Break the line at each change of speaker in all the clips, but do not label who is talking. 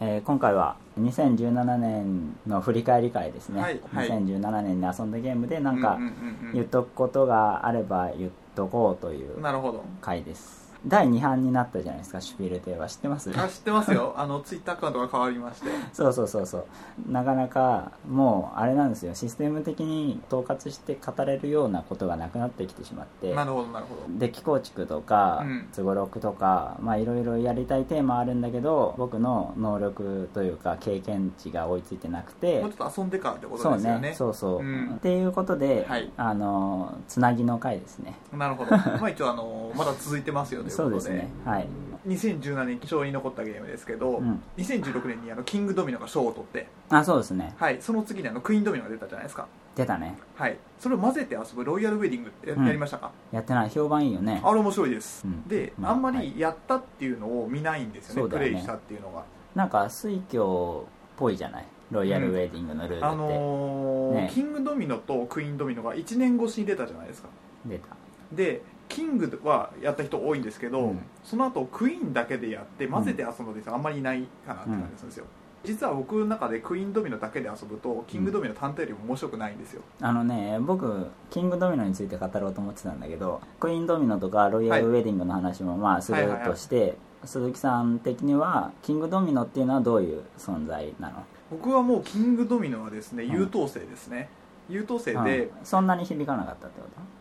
えー今回は2017年の振り返り会ですね、
はいはい
2017年に遊んだゲームでなんか
うんうんうん
言っとくことがあれば言っとこうとい
うん、
う
なるほど
回です第2版になったじゃないですかシュピルテは知ってます
あ知ってますよ あのツイッターアカウントが変わりまして
そうそうそうそうなかなかもうあれなんですよシステム的に統括して語れるようなことがなくなってきてしまって
なるほどなるほど
デッキ構築とか
うん
すごろくとかまあいろいろやりたいテーマあるんだけど僕の能力というか経験値が追いついてなくて
もうちょっと遊んでからってこと
そう
ですよね
ねそうそう、
うん
っていうことで、
はい
あのつなぎの回ですね
な るほどまあ一応あのまだ続いてますよというこ
そ
と
う
で
ですねはい、
2017年印象に残ったゲームですけど、
うん、
2016年にあのキングドミノが賞を取って、
あそうですね
はい、その次にあのクイーンドミノが出たじゃないですか、
出たね
はい、それを混ぜて遊ぶロイヤルウェディングってや
うん
やりましたか、
やってない評判いいよね
あれ面白いです、
うん
で、
まあ
あんまりやったっていうのを見ないんですよね,、
そうだよ
プ
ね
レイしたっていうのが
なんか水郷っぽいじゃないロイヤルウェディングのルールっ
あ
て
のー
ね
キングドミノとクイーンドミノが1年越しに出たじゃないですか
出た、
でキングはやった人多いんですけど、
うん
その後クイーンだけでやって混ぜて遊ぶのですあんまりいないかなって感じなんですよ、実は僕の中でクイーンドミノだけで遊ぶとキングドミノ探偵よりも面白くないんですよ、
あのね僕キングドミノについて語ろうと思ってたんだけどクイーンドミノとかロイヤルウェディングの話もまあする
はいはいはい
として、鈴木さん的にはキングドミノっていうのはどういう存在なの
僕はもうキングドミノはですね
うん
優等生ですね、優等生で、
うんそんなに響かなかったってこと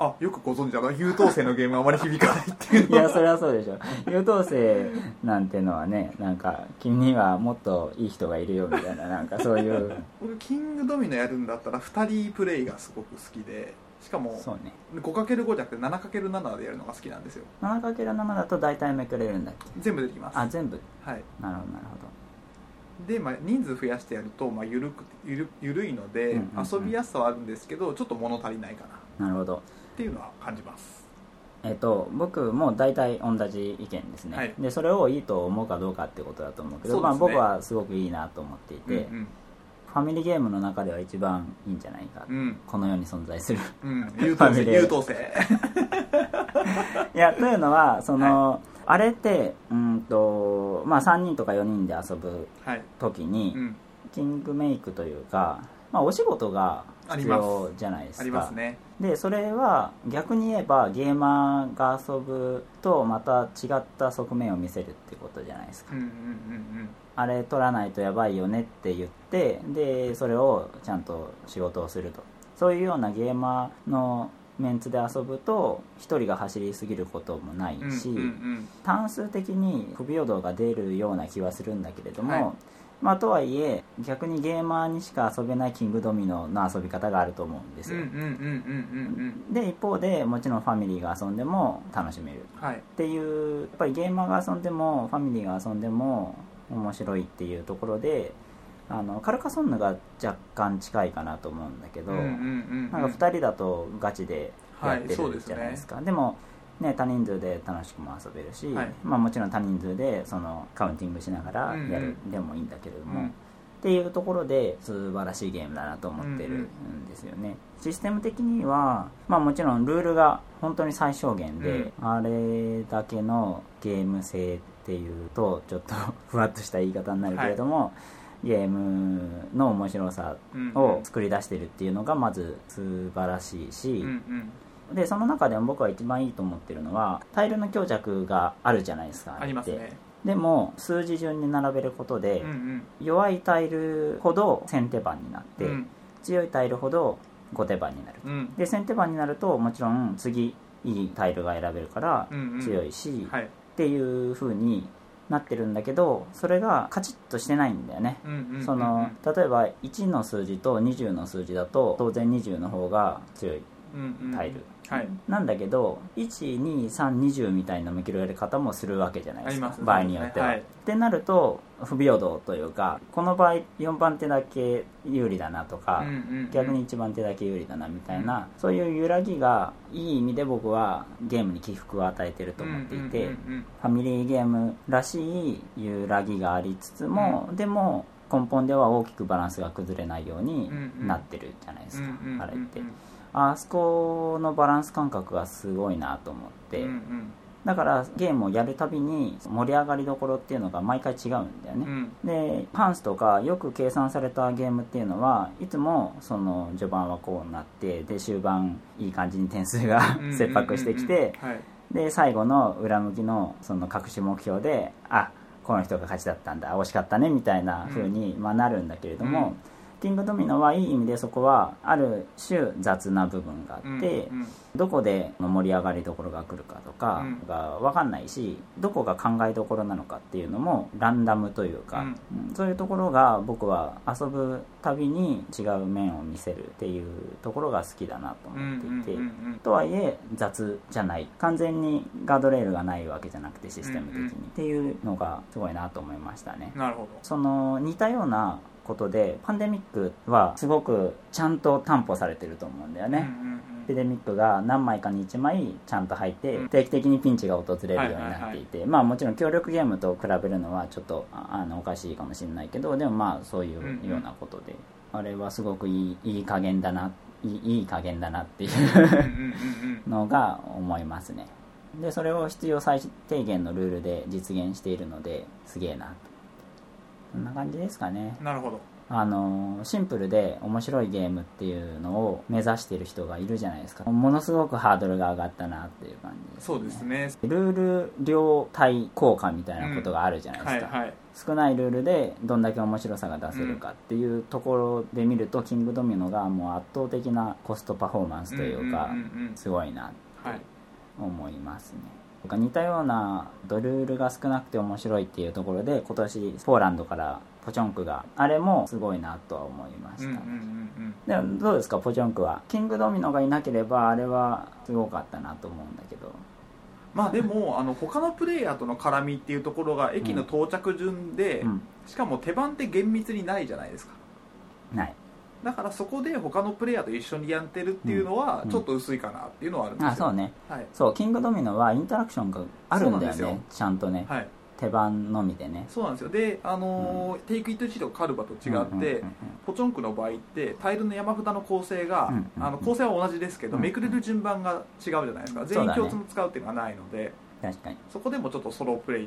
あよくご存知だな優等生のゲームはあまり響かないっていう
い
のは
やそれはそうでしょ優等生なんてのはねなんか君にはもっといい人がいるよみたいななんかそういう
僕キングドミノやるんだったら2人プレイがすごく好きでしかも
そうね
5×5 じゃなくて 7×7 でやるのが好きなんですよ
7×7 だと大体めくれるんだっけ
全部できます
あ全部
はい
なるほどなるほど
で、まあ、人数増やしてやると、まあ、ゆるくゆるゆるいので、
うんうんうん
遊びやすさはあるんですけどちょっと物足りないかなっ
なるほど
ていうのは感じます
えっと僕も大体同じ意見ですね、
はい
でそれをいいと思うかどうかってことだと思うけど
そうで
ま
すね
あ、僕はすごくいいなと思っていて、
うん
ファミリーゲームの中では一番いいんじゃないか、
うん
この世に存在する
うん、 うん、優等
ファミ
生
レ
優 等生
いやというのはその、あれってうんと、まあ、3人とか4人で遊ぶ
はい、
時に、
うん、
キングメイクというか、まあ、お仕事が必要じゃないですか
ありますね
でそれは逆に言えばゲーマーが遊ぶとまた違った側面を見せるってことじゃないですか
うんうんうん
あれ取らないとやばいよねって言ってでそれをちゃんと仕事をするとそういうようなゲーマーのメンツで遊ぶと1人が走りすぎることもない
うんうん
し、
うん
単数的に不平等が出るような気はするんだけれども、
はい
まあ、とはいえ逆にゲーマーにしか遊べないキングドミノの遊び方があると思うんで
うんう
す
んうん
よ、
うんうん
で一方でもちろんファミリーが遊んでも楽しめる
うんはい
っていうやっぱりゲーマーが遊んでもファミリーが遊んでも面白いっていうところであのカルカソンヌが若干近いかなと思うんだけど、
うんうん
なんか2人だとガチでやって
はいそう
る
です
じ
ね
ゃないですか、でも、ね、多人数で楽しくも遊べるし、
はい
まあ、もちろん多人数でそのカウンティングしながらやる
うん
でもいいんだけれど
う
も、
ん
っていうところで素晴らしいゲームだなと思ってるんですよね、システム的には、まあ、もちろんルールが本当に最小限で、あれだけのゲーム性っていうとちょっと ふわっとした言い方になるけれども、ゲームの面白さ
うん
を作り出してるっていうのがまず素晴らしい
うん
し
う、ん
でその中でも僕は一番いいと思ってるのはタイルの強弱があるじゃないですか
あります
あれって
ね
でも数字順に並べることで、
うんうん
弱いタイルほど先手番になって、
うん
強いタイルほど後手番になる
うん
で先手番になるともちろん次いいタイルが選べるから
うんうん
強いし、っ
はい
ていう風になってるんだけどそれがカチッとしてないんだよね
うんうんうんうん
その例えば1の数字と20の数字だと当然20の方が強い
うんうん
タイル
はい
なんだけど12320みたいな見切られ方もするわけじゃないですか
ありますね
場合によっては、
はい
ってなると不平等というかこの場合4番手だけ有利だなとか、
うんうんうん
逆に1番手だけ有利だなみたいな、そういう揺らぎがいい意味で僕はゲームに起伏を与えてると思っていて、
うんうんうんうん
ファミリーゲームらしい揺らぎがありつつも、でも根本では大きくバランスが崩れないようになってるじゃないですか、
うんうんうん
あれってあそこのバランス感覚がすごいなと思って、
うんうん
だからゲームをやるたびに盛り上がりどころっていうのが毎回違うんだよね、
うん
でパンスとかよく計算されたゲームっていうのはいつもその序盤はこうなってで終盤いい感じに点数が
うん
切迫してきて
うんうんうんはい
で最後の裏向きのその隠し目標であこの人が勝ちだったんだ惜しかったねみたいな風にまあなるんだけれども、
うん
キングドミノはいい意味でそこはある種雑な部分があって、
うんうん
どこで盛り上がりどころが来るかとか
うん
が分かんないし、どこが考えどころなのかっていうのもランダムというか、うんそういうところが僕は遊ぶたびに違う面を見せるっていうところが好きだなと
うんうん
思っていて。
うんうん
とはいえ雑じゃない完全にガードレールがないわけじゃなくてシステム的に、
うんうん
っていうのがすごいなと思いましたね
なるほ
その似たようなことでパンデミックはすごくちゃんと担保されてると思うんだよ
ど
ね、
うんうんうん
エピデミックが何枚かに1枚ちゃんと入って
うん
定期的にピンチが訪れるようになっていてまあもちろん協力ゲームと比べるのはちょっとああのおかしいかもしれないけどでもまあそうい
んうん
うようなことであれはすごくいいいい加減だないいいい加減だなっていう
うんうんうん
のが思いますねでそれを必要最低限のルールで実現しているのですげえなとこんな感じですかね
うんなるほど
あのシンプルで面白いゲームっていうのを目指してる人がいるじゃないですかものすごくハードルが上がったなっていう感じです、ね、
そうですね
ルール両対効果みたいなことがあるじゃないですか、
はいはい
少ないルールでどんだけ面白さが出せるかっていうところで見ると、キングドミノがもう圧倒的なコストパフォーマンスというか、
んんうんうん
すごいな
はい
思いますね僕は似たようなドルールが少なくて面白いっていうところで今年ポーランドからポチョンクがあれもすごいなとは思いまし
う
た
んうん
ね、
うん
でもどうですかポチョンクはキングドミノがいなければあれはすごかったなと思うんだけど
まあでもあの他のプレイヤーとの絡みっていうところが駅の到着順で、
うん
しかも手番って厳密にないじゃないですか
ない
だからそこで他のプレイヤーと一緒にやってるっていうのは
うん
ちょっと薄いかなっていうのはあるんですよ、
あそうね
はい
そうキングドミノはインタラクションがあるんだよ
そうなん
ね
で
ちゃんとね、
はい、
手番のみでね
そうなんですよで、あのーテイクイットシートカルバと違って、
うんうんうんうん
ポチョンクの場合ってタイルの山札の構成が、
うんうんうん
あの構成は同じですけ
う
ど、
んうん
めくれる順番が違うじゃないですか全員共通の使うっていうのはないので
確かに
そこでもちょっとソロプレイっ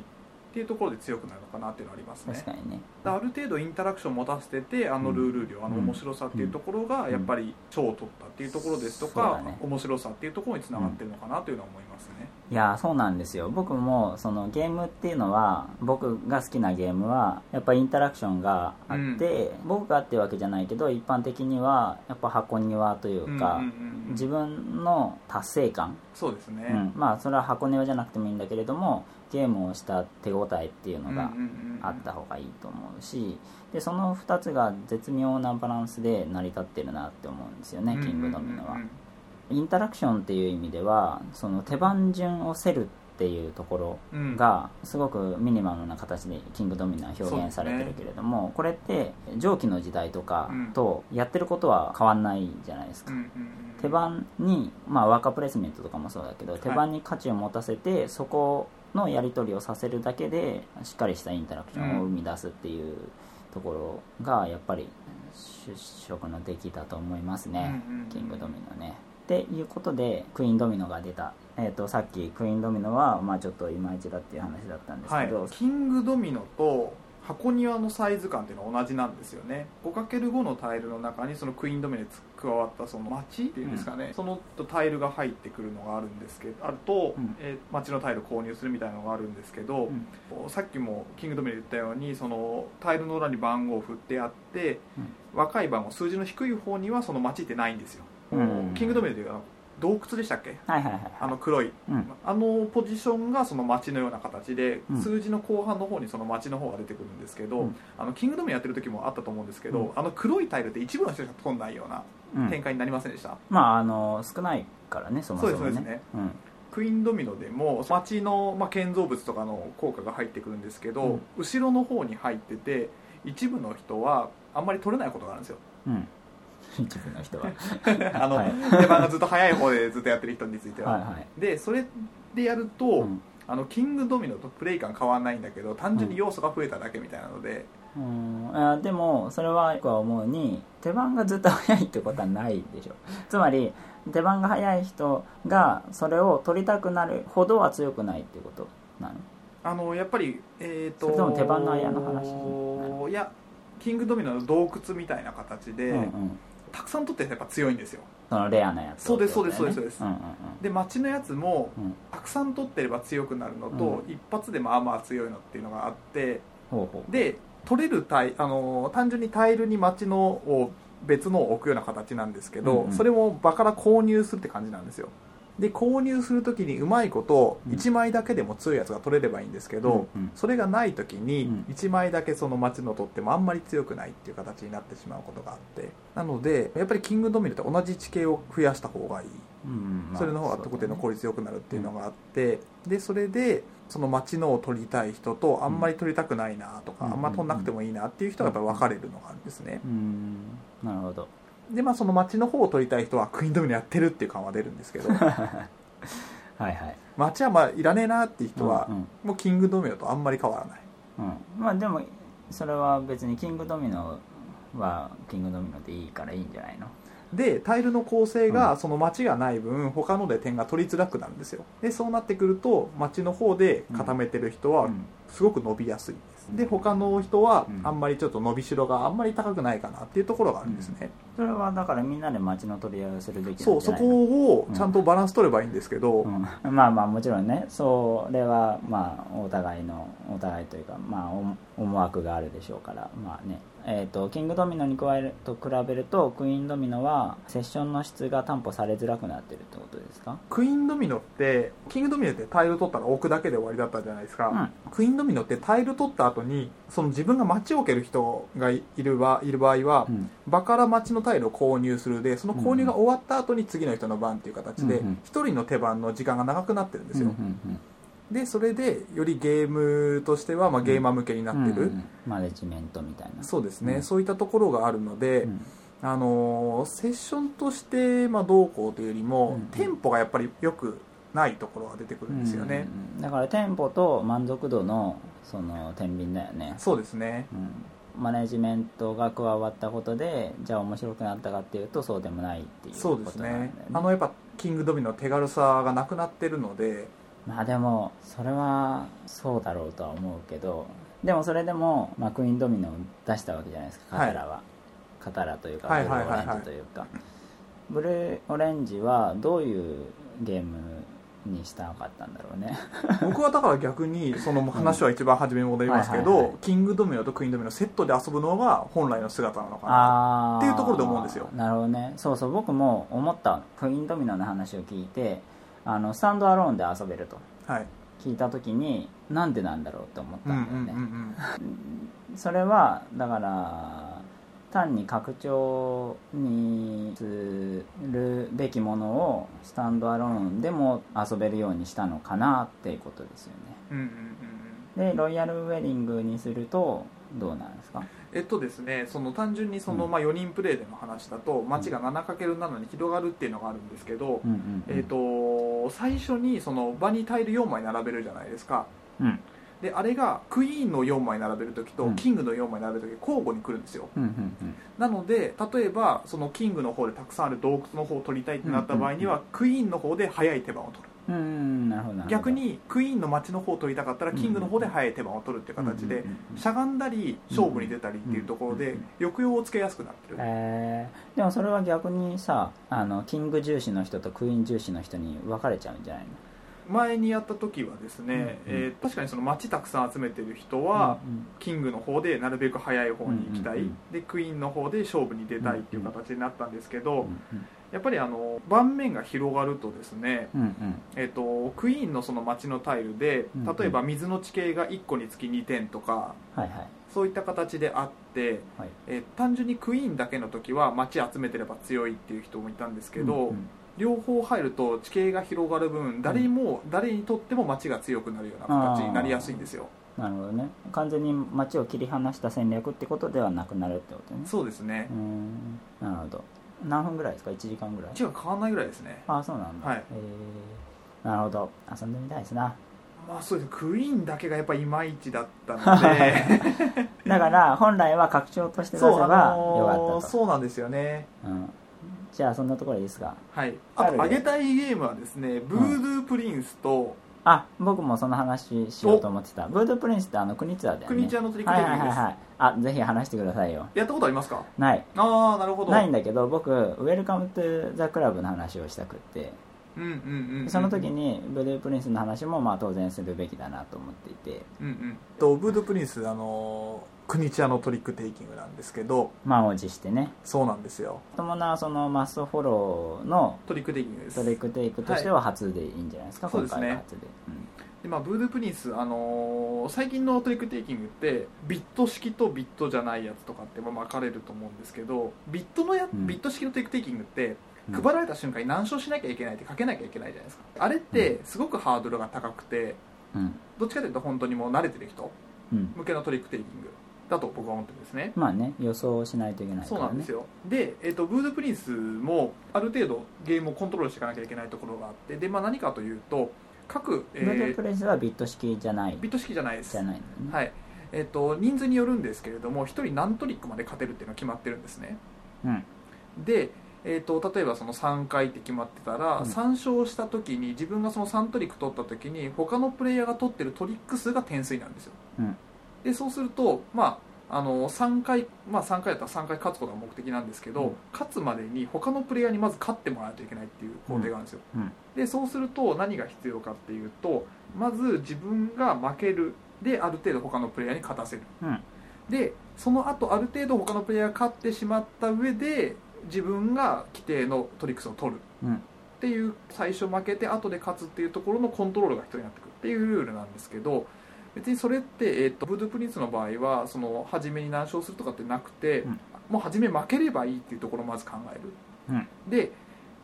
ていうところで強くなるのかなっていうのはありますね
確かにね
だからある程度インタラクションを持たせててあのルール量、あの面白さっていうところが
うん
やっぱり賞を取ったっていうところですと
そう
か、
だね
面白さっていうところにつながってるのかなというのは思いますね、
いやーそうなんですよ僕もそのゲームっていうのは僕が好きなゲームはやっぱインタラクションがあって、僕があってわけじゃないけど一般的にはやっぱ箱庭というか、
うんうんうんうん
自分の達成感、
そうですね、
うんまあそれは箱庭じゃなくてもいいんだけれどもゲームをした手応えっていうのが
うんうんうんうん
あった方がいいと思うしでその2つが絶妙なバランスで成り立ってるなって思うんですよね、キングドミノは。
うんうんうん
インタラクションっていう意味ではその手番順をせるっていうところ
うん
がすごくミニマムな形でキングドミナー表現されてるけれども、これって蒸気の時代とかとやってることは変わんないじゃないです
う
か、
んうんうん
手番に、まあ、ワーカープレイスメントとかもそうだけど手番に価値を持たせてそこのやり取りをさせるだけでしっかりしたインタラクションを生み出すっていうところがやっぱり出色の出来だと思いますね。
うんうんうん
キングドミノね。っていうことでクイーンドミノが出た、えー、とさっきクイーンドミノは、まあ、ちょっといまいちだっていう話だったんです
は
け
い
ど、、
キングドミノと箱庭のサイズ感っていうのは同じなんですよね 5×5 のタイルの中にそのクイーンドミノに加わったその街っていうんですかね、そのタイルが入ってくるのがあるんですけどあると、
うん
えー街のタイルを購入するみたいなのがあるんですけど、
うん
さっきもキングドミノで言ったようにそのタイルの裏に番号を振ってあって、若い番号数字の低い方にはその街ってないんですよ、
うん
キングドミノでいうあの洞窟でしたっけ
はいはいはい
あの黒い
うん
あのポジションがその街のような形で、
うん
数字の後半の方にその街の方が出てくるんですけど、
うん
あのキングドミノやってる時もあったと思うんですけど、
うん
あの黒いタイルって一部の人しか飛んないような
うん
展開になりませんでした、
まああの少ないからねそもそもね
そうですそうですね
うん
クイーンドミノでも街の、まあ、建造物とかの効果が入ってくるんですけど、
うん
後ろの方に入ってて一部の人はあんまり取れないことがある んですよ
うん、一部の人ははい
あの、
はい
出番がずっと早い方でずっとやってる人については、
は
でそれでやると、
い、うん
あのキングドミノとプレイ感変わんないんだけど単純に要素が増えただけみたいなので、
うんあでもそれは僕は思うに手番がずっと早いってことはないでしょつまり手番が早い人がそれを取りたくなるほどは強くないってことなの
あのやっぱりえっ、と
それとも手番の綾の話
いやキングドミノの洞窟みたいな形で、
うんうん、
たくさん取ってやっぱ強いんですよ
そのレアなやつ
そうです
ってことだよね
そうですそうですそうです
んうん
で街のやつも
うんうん
たくさん取ってれば強くなるのと、一発でまあまあ強いのっていうのがあって
ほうほう
で取れるタイあの単純にタイルに街のを別のを置くような形なんですけど、
うんうん
それも場から購入するって感じなんですよで購入する時にうまいこと
うん
1枚だけでも強いやつが取れればいいんですけど、
うんうん
それがない時に
うん
1枚だけその街の取ってもあんまり強くないっていう形になってしまうことがあってなのでやっぱりキングドミルと同じ地形を増やした方がいい
うんまあ
それの方が後で
そうだね
残り強くなるっていうのがあって、でそれでその街のを取りたい人とあんまり取りたくないなとか、
うん
あんま取んなくてもいいなっていう人がやっぱり分かれるのがあるんですね
う、んなるほ ど
でまあその街の方を取りたい人はクイーンドミノやってるっていう感は出る んですけど
はいはい
街はまあいらねえなっていう人は
うんうん
もうキングドミノとあんまり変わらない
うん、まあでもそれは別にキングドミノはキングドミノでいいからいいんじゃないの
でタイルの構成
う
がその街がない分他ので点が取りづらくなるんですよでそうなってくると街の方で固めてる人は
うん
すごく伸びやすいですで他の人は
うん
あんまりちょっと伸びしろがあんまり高くないかなっていうところがあるんですね、
それはだからみんなで街の取り合いをするべきな
そ
ん
う
じ
そ
ゃない
こ
の
をちゃんとバランス取ればいいんですけど、
うん、まあまあもちろんねそれはまあお互いのお互いというかまあお思惑があるでしょうからまあねえー、とキングドミノに加えると比べるとクイーンドミノはセッションの質が担保されづらくなってるってことですか
クイーンドミノってキングドミノってタイル取ったら置くだけで終わりだったじゃないですか、
う
クイーンドミノってタイル取った後にその自分が街を置ける人がいる場いる場合は、
ん、
場から街のタイルを購入するでその購入が終わった後に次の人の番っていう形で
うんうん
一人の手番の時間が長くなってるんですよ、
うんうん
でそれでよりゲームとしては、まあ、ゲーマー向けにな
う
っ
ん
てる、
うんうんマネジメントみたいな
そうですね、
うん
そういったところがあるので、
うん
あのーセッションとして、まあ、どうこうというより
う
も、
ん
テンポがやっぱり良くないところが出てくるんですよね、
うんだから店舗と満足度のその天秤だよね、
そうですね
うん、マネジメントが加わったことでじゃあ面白くなったかっていうとそうでもないっていう
そ
こと
うです
なんだよね
ねあのやっぱキングドミノの手軽さがなくなってるの で
まあでもそれはそうだろうとは思うけどでもそれでも、まあ、クイーンドミノを出したわけじゃないですかカタラは、カタラというかブ
はい
ル
はいはいはい
ーオレンジというか、ブルーオレンジはどういうゲームにしたかったんだろうね
僕はだから逆にその話は一番初めに戻りますけ
は
ど、
いはいはい
キングドミノとクイーンドミノセットで遊ぶのが本来の姿なのかな
あー
っていうところで思うんですよ
なるほどねそうそう僕も思ったクイーンドミノの話を聞いてあのスタンドアローンで遊べると
はい
聞いた時になんでなんだろうと思っ
うん
た
うん
んだよね、
うんうん
それはだから単に拡張にするべきものをスタンドアローンでも遊べるようにしたのかなっていうことですよ
うんうんうんうん
ねでロイヤルウェディングにするとどうなんですか
えっとですね、その単純にその、
うん
まあ、4人プレイでの話だと街が 7×7 に広がるっていうのがあるんですけど、
うんうんうん
えっと最初にその場にタイル4枚並べるじゃないですか
うん
であれがクイーンの4枚並べる時と、
うん
キングの4枚並べる時交互に来るんですよ
うんうんうん
なので例えばそのキングの方でたくさんある洞窟の方を取りたいってなった場合には、クイーンの方で早い手番を取る
うんうんなるほどなるほど
逆にクイーンの街の方を取りたかったら
うん
キングの方で早い手番を取るっていう形
う
で、
んうんうん
しゃがんだり勝負に出たりっていうところ
う
で
ん
抑揚をつけやすくなってる
えーでもそれは逆にさあのキング重視の人とクイーン重視の人に分かれちゃうんじゃないの
前にやった時はですね、
うんうん
えー確かにその街たくさん集めてる人は、
うん
キングの方でなるべく早い方に行きた
う
い、
んうんうん
でクイーンの方で勝負に出たいっていう形になったんですけど、
うんうん
やっぱりあの盤面が広がるとですね、
うんうん
えー、とクイーンのその街のタイルで
うんうん
例えば水の地形が1個につき2点とか
はいはい
そういった形であって、
はい
えー単純にクイーンだけの時は街集めてれば強いっていう人もいたんですけど、
うんうん
両方入ると地形が広がる分誰にも、誰にとっても街が強くなるような形になりやすいんですよ
なるほどね完全に街を切り離した戦略ってことではなくなるってことね
そうですね
うーんなるほど何分ぐらいですか1時間ぐらい
1が変わらないぐらいですね
ああそうなんだ、
はい
えーなるほど遊んでみたいですな
まあそうですねクイーンだけがやっぱいまいちだった ので
だから本来は拡張として出せば
そう
よ
あ
か
のー
ったと、
そうなんですよね
うん、じゃあそんなところでいいですか
はいあとあげたいゲームはですね「ブードゥープリンス」と
あ僕もその話しようと思ってたブードゥープリンスってあの国ツアーだ
「
よね
クニチアのトリック
は
テ
い
リ
はい
ング」
はい
です
はいあぜひ話してくださいよ
やったことありますか
ない
ああなるほど
ないんだけど僕ウェルカムトゥザクラブの話をしたくって
うんうんうんうん
その時にブループリンスの話もまあ当然するべきだなと思っていて
うんうんとブードゥープリンスあのークニチアのトリックテイキングなんですけど
満を持してね
そうなんですよ
友なそのマストフォローの
トリックテイキングです
トレイクテイクとしては初でいいんじゃないですか、
はい
今回が
そ
初で
でまあ、ブードゥープリンス、あのー最近のトリックテイキングってビット式とビットじゃないやつとかってまあ分かれると思うんですけどビットのや、
うん
ビット式のトリックテイキングって
うん
配られた瞬間に難所しなきゃいけないって書けなきゃいけないじゃないですかあれってすごくハードルが高くて
うんうん
どっちかというと本当にもう慣れてる人
うん
向けのトリックテイキングだと僕は思ってるんですね
まあね予想しないといけないか
そう
ら
なん
ね
ですよで、えっとブードゥープリンスもある程度ゲームをコントロールしていかなきゃいけないところがあってで、まあ、何かというと各、え
ブルー
ー
プリンスはビット式じゃない
ビット式じゃないです
じゃないんだよね、
はいえっと人数によるんですけれども1人何トリックまで勝てるっていうのが決まってるんですね
うん
で、えっと例えばその3回って決まってたら、
うん
3勝した時に自分がその3トリック取った時に他のプレイヤーが取ってるトリック数が点数になるんですよ、
うん
でそうするとまああの3回まあ、3回やったら3回勝つことが目的なんですけど、
うん
勝つまでに他のプレイヤーにまず勝ってもらわないといけないっていう工程があるんですよ、
うんうん
でそうすると何が必要かっていうとまず自分が負けるである程度他のプレイヤーに勝たせる、
うん
でその後ある程度他のプレイヤーが勝ってしまった上で自分が規定のトリックスを取る
うん
っていう最初負けて後で勝つっていうところのコントロールが必要になってくるっていうルールなんですけど別にそれって、えー、とブードゥープリンスの場合はその初めに何勝するとかってなくて、
うん
もう初め負ければいいっていうところをまず考える、
うん
で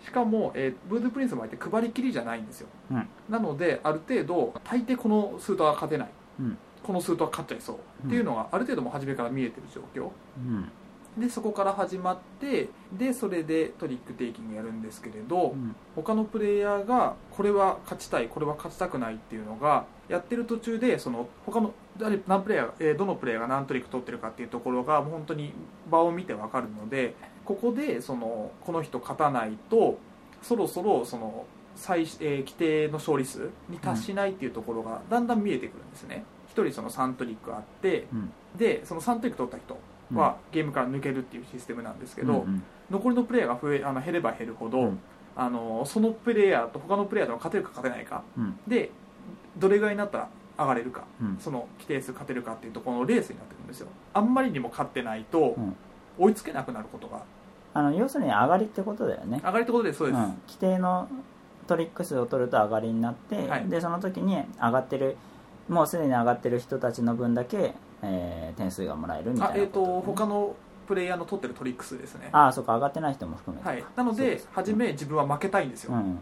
しかも、えーブードゥープリンスの場合って配りきりじゃないんですよ、
うん
なのである程度大抵このスートは勝てない、
うん
このスートは勝っちゃいそう、っていうのがある程度もう初めから見えてる状況、
うん
でそこから始まってでそれでトリックテイキングやるんですけれど、
うん
他のプレイヤーがこれは勝ちたいこれは勝ちたくないっていうのがやってる途中でその他の誰何プレイヤーが、えーどのプレイヤーが何トリック取ってるかっていうところがもう本当に場を見てわかるのでここでそのこの人勝たないとそろそろその最、えー規定の勝利数に達しないっていうところがだんだん見えてくるんですね。一人その3トリックあって
うん
でその3トリック取った人はゲームから抜けるっていうシステムなんですけど、
うん
残りのプレイヤーが増えあの減れば減るほど、
うん
あのそのプレイヤーと他のプレイヤーと勝てるか勝てないか
うん
でどれぐらいになったら上がれるか
うん
その規定数勝てるかっていうところのレースになってくるんですよあんまりにも勝ってないと
うん
追いつけなくなることが
あの要するに上がりってことだよね
上がりってことですそうです、
ん、規定のトリック数を取ると上がりになって、
はい
でその時に上がってるもうすでに上がってる人たちの分だけ、えー点数がもらえるみたい
あ
な
えっ、と
こと
他のプレイヤーの取ってるトリック数ですね
ああそうか上がってない人も含めてか
はい、なの
そう
です初め自分は負けたいんですよ、
うんうん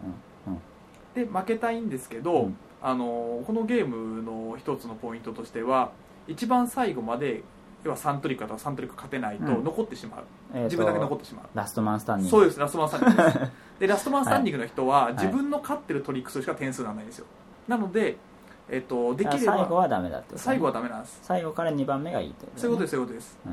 で負けたいんですけど、
うん
あのこのゲームの一つのポイントとしては一番最後まで要は3トリックだと3トリック勝てないと
うん
残ってしまう、
うんえーと
自分だけ残ってしまう、
ラストマンスタンディング
そうですラストマンスタンディン グですでラストマンスタンディングの人は、
い
自分の勝ってるトリック数しか点数にならないんですよなので、えっと、できれ
あ最後
ば
はダメだってこと、ね、
最後はダメなんです
最後から2番目がいいってこと
そういうこと
ね、
ですそういうことです、
う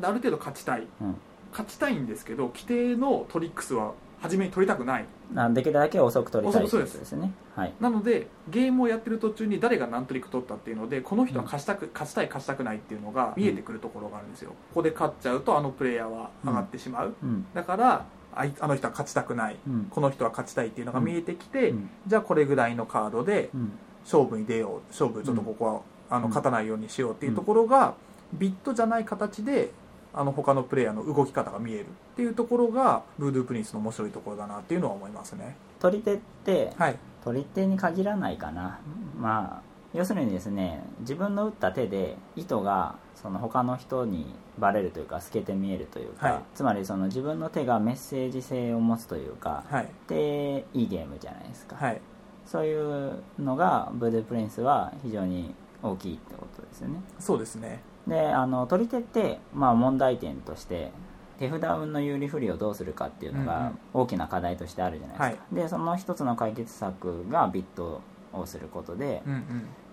ん
である程度勝ちたい、
うん
勝ちたいんですけど規定のトリック数は初めに取りたくない
あできるだけ遅く取りたいって
遅
こ
く
とですねはい
なのでゲームをやってる途中に誰が何トリック取ったっていうのでこの人は勝ちたく、勝ちたい勝ちたくないっていうのが見えてくるところがあるんですよ、ここで勝っちゃうとあのプレイヤーは上がってしまう、
うん
だからあいあの人は勝ちたくない
うん
この人は勝ちたいっていうのが見えてきて、
うん
じゃあこれぐらいのカードで
うん
勝負に出よう勝負ちょっとここは、あの
うん
勝たないようにしようっていうところが、ビットじゃない形であの他のプレイヤーの動き方が見えるっていうところがブードゥープリンスの面白いところだなっていうのは思いますね
取り手って
はい
取り手に限らないかな、まあ、要するにですね自分の打った手で糸がその他の人にバレるというか透けて見えるというか、
はい
つまりその自分の手がメッセージ性を持つというか
はい
でいいゲームじゃないですか、
はい
そういうのがブループリンスは非常に大きいってことですよね
そうですね
であの取り手って、まあ、問題点として手札運の有利不利をどうするかっていうの
うんう
が
ん
大きな課題としてあるじゃないですか、でその一つの解決策がビットをすることで
うんうん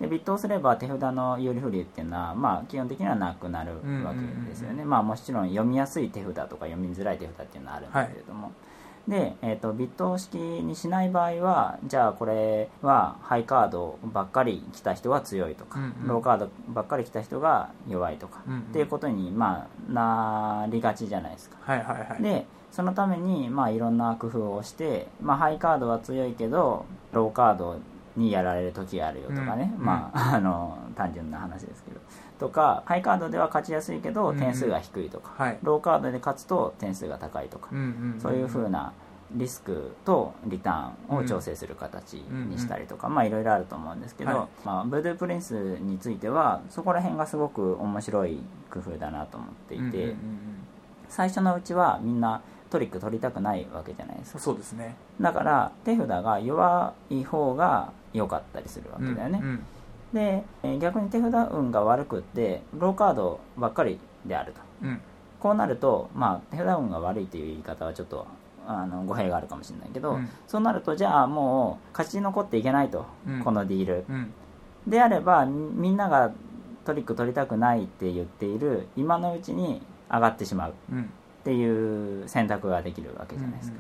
でビットをすれば手札の有利不利っていうのは、まあ、基本的にはなくなるわけですよね、
うんうんうん
まあ、もちろん読みやすい手札とか読みづらい手札っていうのはあるんですけれども、で、えー、とビット式にしない場合はじゃあこれはハイカードばっかり来た人は強いとか、
うんうん
ローカードばっかり来た人が弱いとか、
うんうん
っていうことに、まあ、なりがちじゃないですか
はいはいはい
でそのために、まあ、いろんな工夫をして、まあ、ハイカードは強いけどローカードにやられる時があるよとかね、
うん
まああの単純な話ですけどとかハイカードでは勝ちやすいけど
うん
点数が低いとか、
はい
ローカードで勝つと点数が高いとか、
うんうんん
そういう風なリスクとリターンを調整する形にしたりとか、まあいろいろあると思うんですけど、
はい
まあ、ブループリンスについてはそこら辺がすごく面白い工夫だなと思っていて、
うんうんうん
最初のうちはみんなトリック取りたくないわけじゃないです
うん
か
そうですね
だから手札が弱い方が良かったりするわけだよね、
うんうん
でえー逆に手札運が悪くってローカードばっかりであると
うん
こうなると、まあ、手札運が悪いという言い方はちょっとあの語弊があるかもしれないけど、
うん
そうなるとじゃあもう勝ち残っていけないと、
うん
このディール
うん
であればみんながトリック取りたくないって言っている今のうちに上がってしまう
うん
っていう選択ができるわけじゃないですか、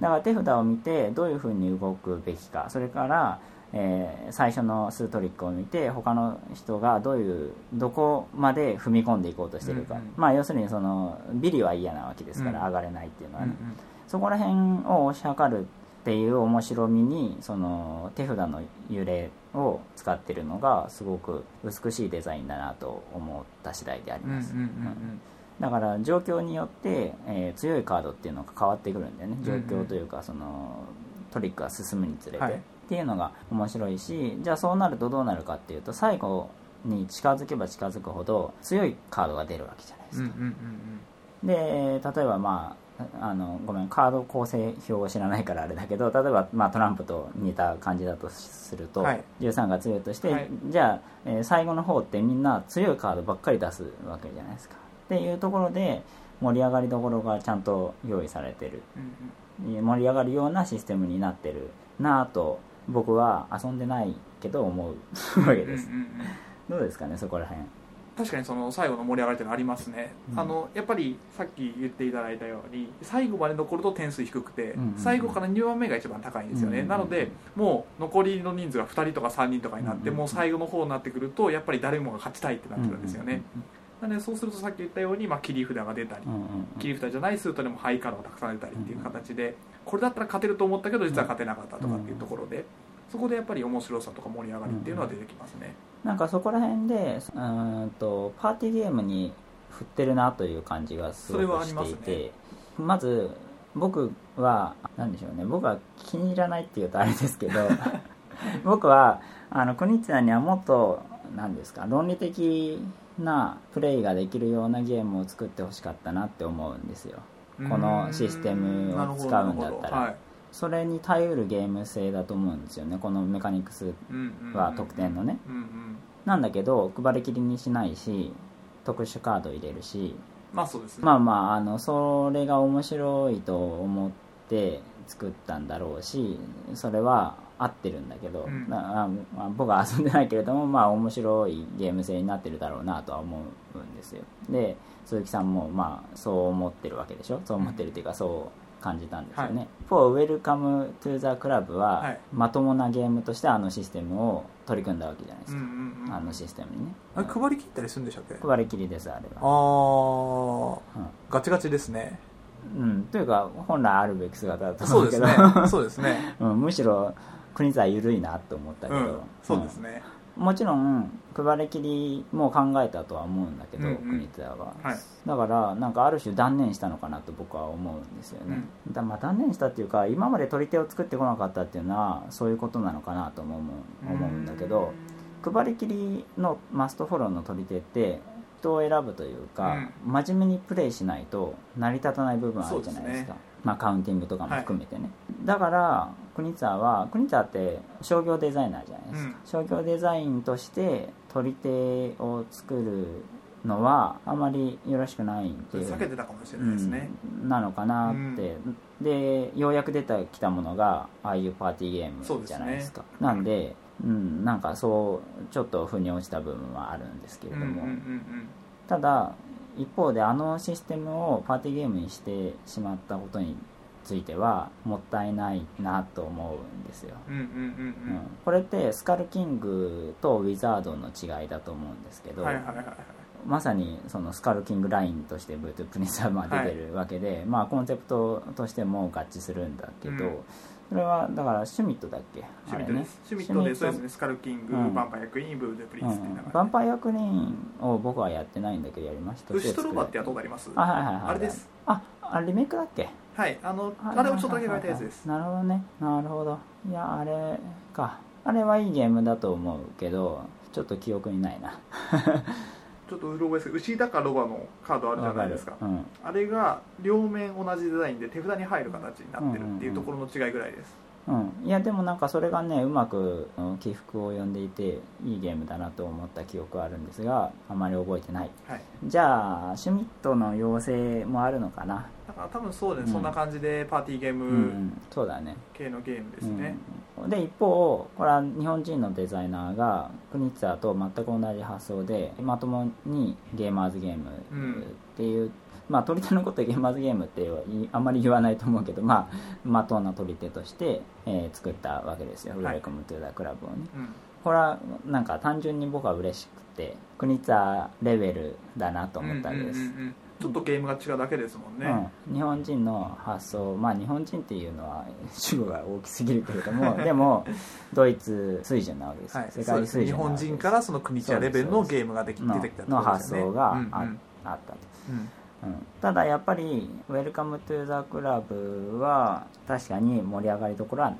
だから手札を見てどういうふうに動くべきかそれから、えー最初の数トリックを見て他の人がどういうどこまで踏み込んでいこうとしてるか、
うんうん
まあ、要するにそのビリは嫌なわけですから
うん
上がれないっていうの
う
は
ん
ね、そこら辺を推し量るっていう面白みにその手札の揺れを使ってるのがすごく美しいデザインだなと思った次第であり
うんうん
ます、
うん
だから状況によって、えー強いカードっていうのが変わってくるんだよね
うん
状
うん
況というかそのトリックが進むにつれて、
はい
っていうのが面白いしじゃあそうなるとどうなるかっていうと最後に近づけば近づくほど強いカードが出るわけじゃないで
うんうんうん
すか、
うんうん
で例えばまああのごめんカード構成表を知らないからあれだけど例えば、まあ、トランプと似た感じだとすると、
はい
13が強いとして、
はい
じゃあ、えー最後の方ってみんな強いカードばっかり出すわけじゃないですかっていうところで盛り上がりどころがちゃんと用意されてる
うん
盛り上がるようなシステムになってるなぁと僕は遊んでないけど思うわけ
うんうん
です、
うんうん
どうですかねそこら辺
確かにその最後の盛り上がりってのありますね、
うん
あのやっぱりさっき言っていただいたように最後まで残ると点数低くて、
うんうんうん
最後から2番目が一番高いんですよね、
うんうんうん
なのでもう残りの人数が2人とか3人とかになって、
うんうんうん
もう最後の方になってくるとやっぱり誰もが勝ちたいってなってくるんですよね、
うん
なのでそうするとさっき言ったように、まあ、切り札が出たり、
うんうんうん
切り札じゃないスートでもハイカードがたくさん出たりっていう形でこれだったら勝てると思ったけど実は勝てなかったとかっていうところでそこでやっぱり面白さとか盛り上がりっていうのは出てきますね、
なんかそこら辺でうーんとパーティーゲームに振ってるなという感じがすご
それは
く
ありま
し
す
て
ね
いてまず僕はなんでしょうね僕は気に入らないっていうとあれですけ ど僕はあの国津さんにはもっとなんですか論理的なプレイができるようなゲームを作ってほしかったなって思うんですよこのシステムを使うんだったら
はい
それに耐えうるゲーム性だと思うんですよねこのメカニクスは得点のね
うんうん
なんだけど配りきりにしないし特殊カード入れるし
まあそうですね、
まあまああのそれが面白いと思って作ったんだろうしそれは合ってるんだけど、
うん
なあまあ僕は遊んでないけれどもまあ面白いゲーム性になってるだろうなとは思うんですよで鈴木さんもまあそう思ってるわけでしょそう思ってるっていうかそう感じたんですよね、For Welcome to the Club は、
はい
まともなゲームとしてあのシステムを取り組んだわけじゃないです
うん
か、
うんうん、
あのシステムにね
あれ配り切ったりするんでしたっけあ
配りきりですあれは、
あガチガチですね
うんうん、というか本来あるべき姿だと
そ
思
う
う
で
け
す
ど
ねそうですね
うん、むしろ国際緩いなと思ったけ
う
ど、
んそうですね、
うんもちろん配り切りも考えたとは思うんだけど、
うんうん
国津は、
はい
だからなんかある種断念したのかなと僕は思うんですよね、だまあ断念したっていうか今まで取り手を作ってこなかったっていうのはそういうことなのかなとも思う思うんだけど、配りきりのマストフォローの取り手って人を選ぶというか、真面目にプレイしないと成り立たない部分あるじゃないです
そうです
か
ね
まあ、カウンティングとかも含めてね、だから国ツは国ツって商業デザイナーじゃないですか、商業デザインとして取り手を作るのはあまりよろしくないっていう
避けてたかもしれないですね、
うんなのかなって、でようやく出てきたものがああいうパーティーゲームじゃないですかなんでうん、なんかそうちょっと腑に落ちた部分はあるんですけれ
う
ど
んうん
も、
うん
ただ一方であのシステムをパーティーゲームにしてしまったことについてはもったいないなと思うんですよ、
うんうんうん
うんこれってスカルキングとウィザードの違いだと思うんですけ
う
ど、
んはいはいはいはい
まさにそのスカルキングラインとしてブートプリンスはまあ出てるわけで、まあ、コンセプトとしても合致するんだけど、
うん
それはだからシュミットだっけ
シュミッ
あれ
ト
ね
ですシュミットで
シ
そう
ュミット
ですねスカルキング
うん
バンパイアクイーンブルーデプリンスってい
う
う
ん
流
ヴァン
れ
パイアクリーンを僕はやってないんだけどやりました
ウシトロバってやった
と
ことあります
あはいはいはい
あれです
ああリメイクだっけ
はいあのあれをちょっとだけ書いたやつです
なるほどねなるほどいやあれかあれはいいゲームだと思うけどちょっと記憶にないな
ちょっとうろ覚えですけど牛だかロバのカードあるじゃないですか
わるうん
あれが両面同じデザインで手札に入る形になってるっていうところの違いぐらいです
うん、いやでもなんかそれがねうまくうん起伏を呼んでいていいゲームだなと思った記憶はあるんですがあまり覚えてない
はい
じゃあシュミットの要請もあるのかな
だから多分そうです
う
ね、
ん
そんな感じでパーティーゲー
う
ム
そうだね
系のゲームですね、
うん、で一方これは日本人のデザイナーがクニッツァーと全く同じ発想でまともにゲーマーズゲームっていう、まあ取り手のことでゲーマーズゲームってはいあんまり言わないと思うけどまあまとうな取り手として、えー作ったわけですよ「ウ
はい
ェルカム・トゥ・ザ・クラブ」をね
うん
これはなんか単純に僕は嬉しくてクニッツァーレベルだなと思ったわけです、
うんうんうんうんちょっとゲームが違うだけですもんね、
うん、日本人の発想まあ日本人っていうのは主語が大きすぎるけれど もでもドイツ水準なわけです、よ
はい、
世
そう
界
ですね
水
日
準なわ
本
けです
人からその国チャレベルのゲームができ出てきたって
のの
ことで
発
すよね
想があ,、
うんうん
あったと、
うん
うん、ただやっぱり「ウェルカム・トゥ・ザ・クラブ」は確かに盛り上がりどころは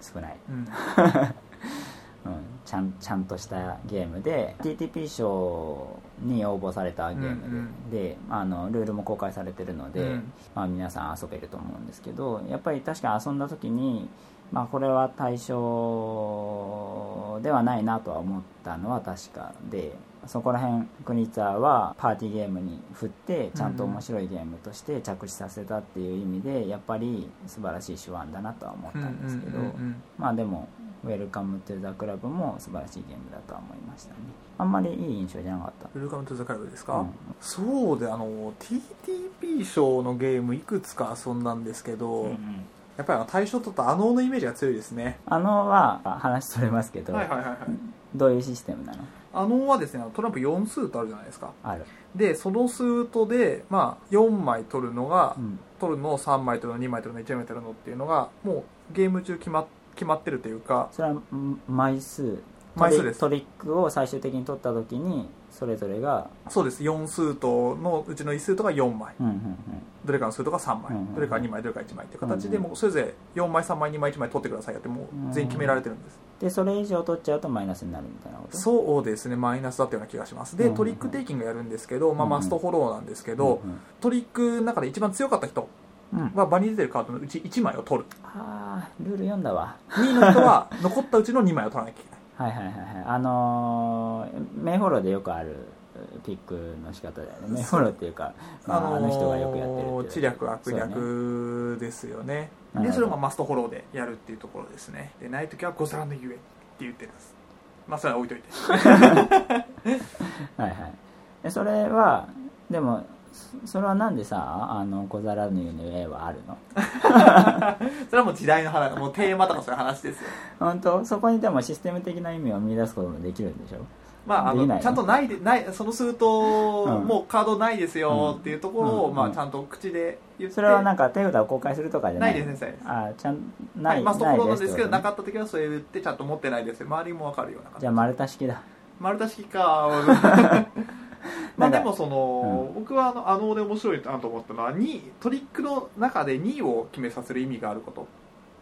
少ない
うん
うん、ちゃんちゃんとしたゲームで TTP 賞に応募されたゲームで,、であのルールも公開されてるので、
うん
まあ、皆さん遊べると思うんですけどやっぱり確かに遊んだ時に、まあ、これは対象ではないなとは思ったのは確かでそこら辺クニッツァーはパーティーゲームに振ってちゃんと面白いゲームとして着地させたっていう意味でやっぱり素晴らしい手腕だなとは思ったんですけど。
うんうんうん
まあでも「ウェルカム・トゥ・ザ・クラブ」も素晴らしいゲームだとは思いましたねあんまりいい印象じゃなかった
ウェルカムトゥザカイブですか、
うん
そうであの TTP 賞のゲームいくつか遊んだんですけど、やっぱりあの対象とったあののイメージが強いですね
あのはあ話それますけど、
はいはいはいはい
どういうシステムなの
あのはですねあのトランプ4数とあるじゃないですか
ある、
でそのスートで、まあ、4枚取るのが、
うん
取るのを3枚取るの2枚取るの1枚取るのっていうのがもうゲーム中決ま決まってるというか
それはん枚数
枚数です
トリトリックを最終的に取った時にそれぞれが
そうです4スートのうちの1スートが4枚
うんうん
どれかのスートが3枚、
うんうん
どれか2枚どれか1枚っていう形で、
うんうん
もうそれぞれ4枚3枚2枚1枚取ってくださいよってもう全員決められてるんです、
うんでそれ以上取っちゃうとマイナスになるみたいなこと
そうですねマイナスだったような気がしますで、
うんうん
トリックテイキングやるんですけど、まあ、
うんうん
マストフォローなんですけ
う
ど、
ん
トリックの中で一番強かった人
うんうん
は場に出てるカードのうち1枚を取る
あールール読んだわ
2位の人は残ったうちの2枚を取らなきゃいけない
はいはいはいはいあのー、メイフォローでよくあるピックの仕方だよねメイフォローっていうか、まあ、あの人がよくやってるって
知略悪
そうね
略ですよね
なるほ
で
ど
それをまあマストフォローでやるっていうところですねでない時はござらぬゆえって言ってますまあそれは置いといて
はいはいでそれはでもそそれはなんでさあの小皿の湯の絵はあるの
それはもう時代の話もうテーマとかそういう話ですよ
本当そこにでもシステム的な意味を見出すこともできるんでしょ
まああ
できない
の
ね
ちゃんとないでないそのすると、
うん
もうカードないですよっていうところを、
うん
ま
う
あ
ん
ちゃんと口で言って
それはなんか手札を公開するとかじゃ
な
ないい
ですねそうです
あーちゃん
は
ないい、
マストフォロー
な
ないんですけ
って
ど
こと
な
ね
かった時はそれ言ってちゃんと持ってないですよ周りもわかるような感
じ
じ
ゃあ丸太式だ
丸太式か ま
な
あ
んか
でもその、僕はあのあので面白いなと思ったのは2トリックの中で2を決めさせる意味があること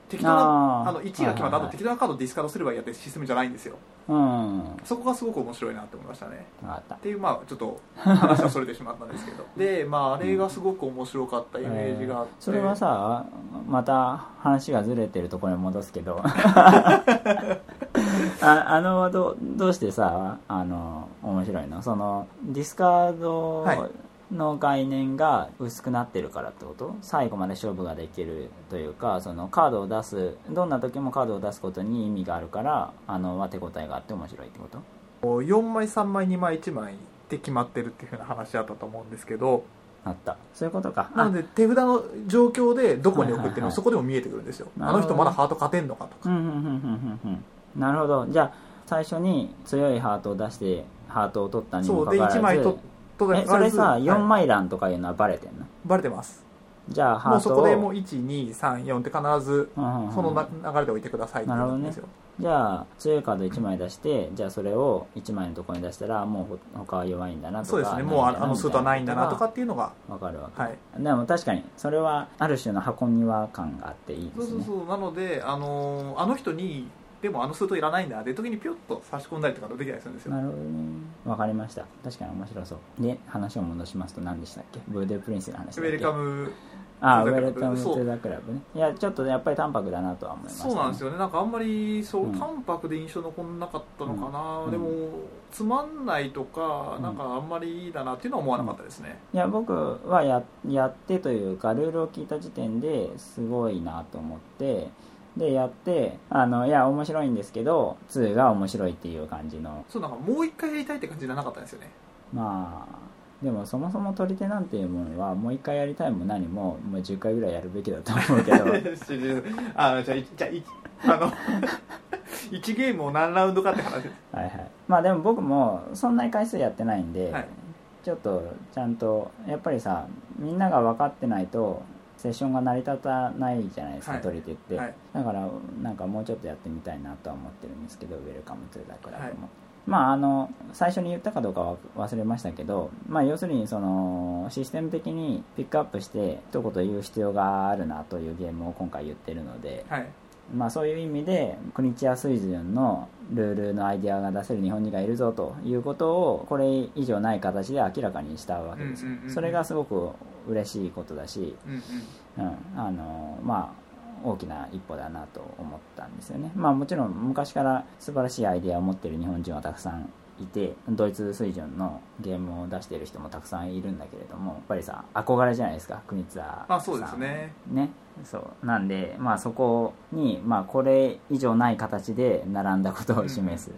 適当な
あ
あ
ー
の1が決ま
は
った
いはいは
後
い
適当なカードをディスカードすればいいやってシステムじゃないんですよ
うん分
そこがすごく面白いなって思いましたね
かった
っていうまあちょ っと話はそれてしまったんですけどでまああれがすごく面白かったイメージがあって、
それはさまた話がずれてるところに戻すけ どああのどどうしてさあの面白いのそのディスカード
はい
の概念が薄くなってるからってこと最後まで勝負ができるというかそのカードを出すどんな時もカードを出すことに意味があるからあのは手応えがあって面白いってこと
こう4枚3枚2枚1枚って決まってるっていうふうな話だったと思うんですけど
あったそういうことか
なので手札の状況でどこに置く
はいは
っていう
い
の
は
はいそこでも見えてくるんですよ、
なるほ
あ
ど
の人まだハート勝てんのかとか
うんうんうんうんうんうんなるほどじゃあ最初に強いハートを出してハートを取ったに
そ
も
う
か
で
かわらず
1枚とと
えそれさ4
はい
枚欄とかいうのはバレてんの、
バレてます
じゃあハ
もう
ー
そ
トを
こでもう1234って必ず
うんうんうん
そのな流れで置いてくださいって言うんですよ、
じゃあ強いカード1枚出してじゃあそれを1枚のところに出したらもうほ他は弱いんだなとか
そうですねもうああのスートはないんだなとか
わ
っていうのが
かるわか
はい
るでも確かにそれはある種の箱庭感があっていいで
そう
す
そう
ね
そうなので、あのーあの人にでもあのスートいらないんだで時にピョッと差し込んだりとかできたりするんですよ
なるほどねわかりました確かに面白そうで話を戻しますと何でしたっけブーデープリンスの話
ウ
だっ
ェ
け
ルカム
ああウ
トゥ
ェ
ザクラ
ル
ブ
カム・ト
そう
ゥ・ザ・クラブねいやちょっとやっぱり淡白だなとは思いました、ね、
そうなんですよねなんかあんまりそう、
うん
淡白で印象残んなかったのかな、
うん
でもつまんないとか、
うん
なんかあんまりいいだなっていうのは思わなかったですね、
いや僕はややってというかルールを聞いた時点ですごいなと思ってでやってあのいや面白いんですけど2が面白いっていう感じの
そうなんかもう一回やりたいって感じじゃなかったんですよね
まあでもそもそも取り手なんていうものはもう一回やりたいも何ももう10回ぐらいやるべきだと思うけど
あじゃあいじゃあいあの1ゲームを何ラウンドかって話です
はいはいまあでも僕もそんなに回数やってないんで、
はい
ちょっとちゃんとやっぱりさみんなが分かってないとセッションが成り立たないじゃないですか、
はい
取り手って、
はい
だからなんかもうちょっとやってみたいなとは思ってるんですけどウェルカム・トゥ・ザ・クラブも、
はい
まああの最初に言ったかどうかは忘れましたけど、まあ、要するにそのシステム的にピックアップして一言言う必要があるなというゲームを今回言ってるので、
はい
まあ、そういう意味で国チア水準のルールのアイデアが出せる日本人がいるぞということをこれ以上ない形で明らかにしたわけですよ、
うんうんうんうん
それがすごく嬉しいことだし、
うんうん
うんあのまあ、大きな一歩だなと思ったんですよね、まあ、もちろん昔から素晴らしいアイデアを持っている日本人はたくさんいてドイツ水準のゲームを出している人もたくさんいるんだけれどもやっぱりさ憧れじゃないですか国津さん
まあそうですね
ねそうなんで、まあ、そこに、まあ、これ以上ない形で並んだことを示す、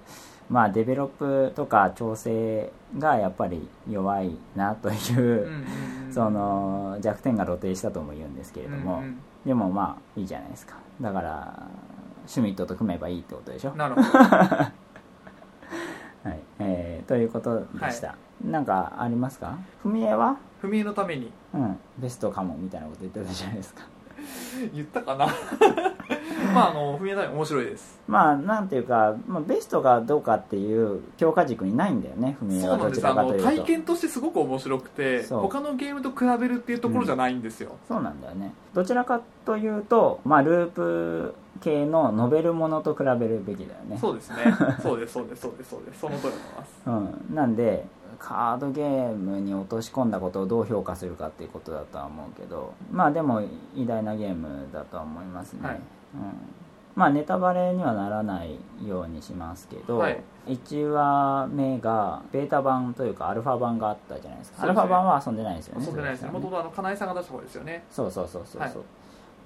まあ、デベロップとか調整がやっぱり弱いなという、
うんうんうん
その弱点が露呈したとも言うんですけれども、
うんうん
でもまあいいじゃないですかだからシュミットと組めばいいってことでしょ、
なるほど
はいえーということでした、なんかありますか文江は、
踏み絵のために
うん、ベストかもみたいなこと言ってたじゃないですか
言ったかな まああの踏み絵のために面白いです
まあなんていうか、まあ、ベストかどうかっていう強化軸にないんだよね文江
そう
は
なん
ど
で
ち
す
ら
あ
かと
の
いうと
体験としてすごく面白くて
そう
他のゲームと比べるっていうところじゃないんですよ、
そうなんだよねどちらかというと、まあ、ループ系のノベルものと比べるべきだよね
そ うですねそうですそうですそうですそうですその通りだと思います
うん、なんでカードゲームに落とし込んだことをどう評価するかっていうことだとは思うけどまあでも偉大なゲームだとは思いますね、
はい
うん、まあネタバレにはならないようにしますけど、
はい
1話目がベータ版というかアルファ版があったじゃないですか
そう
ア
です
ル
ね
ファ版は遊んでないですよね
遊んでないですね
鈴木さんね
もともとあの金井さんが出した方ですよね
そうそうそうそうそう、
はい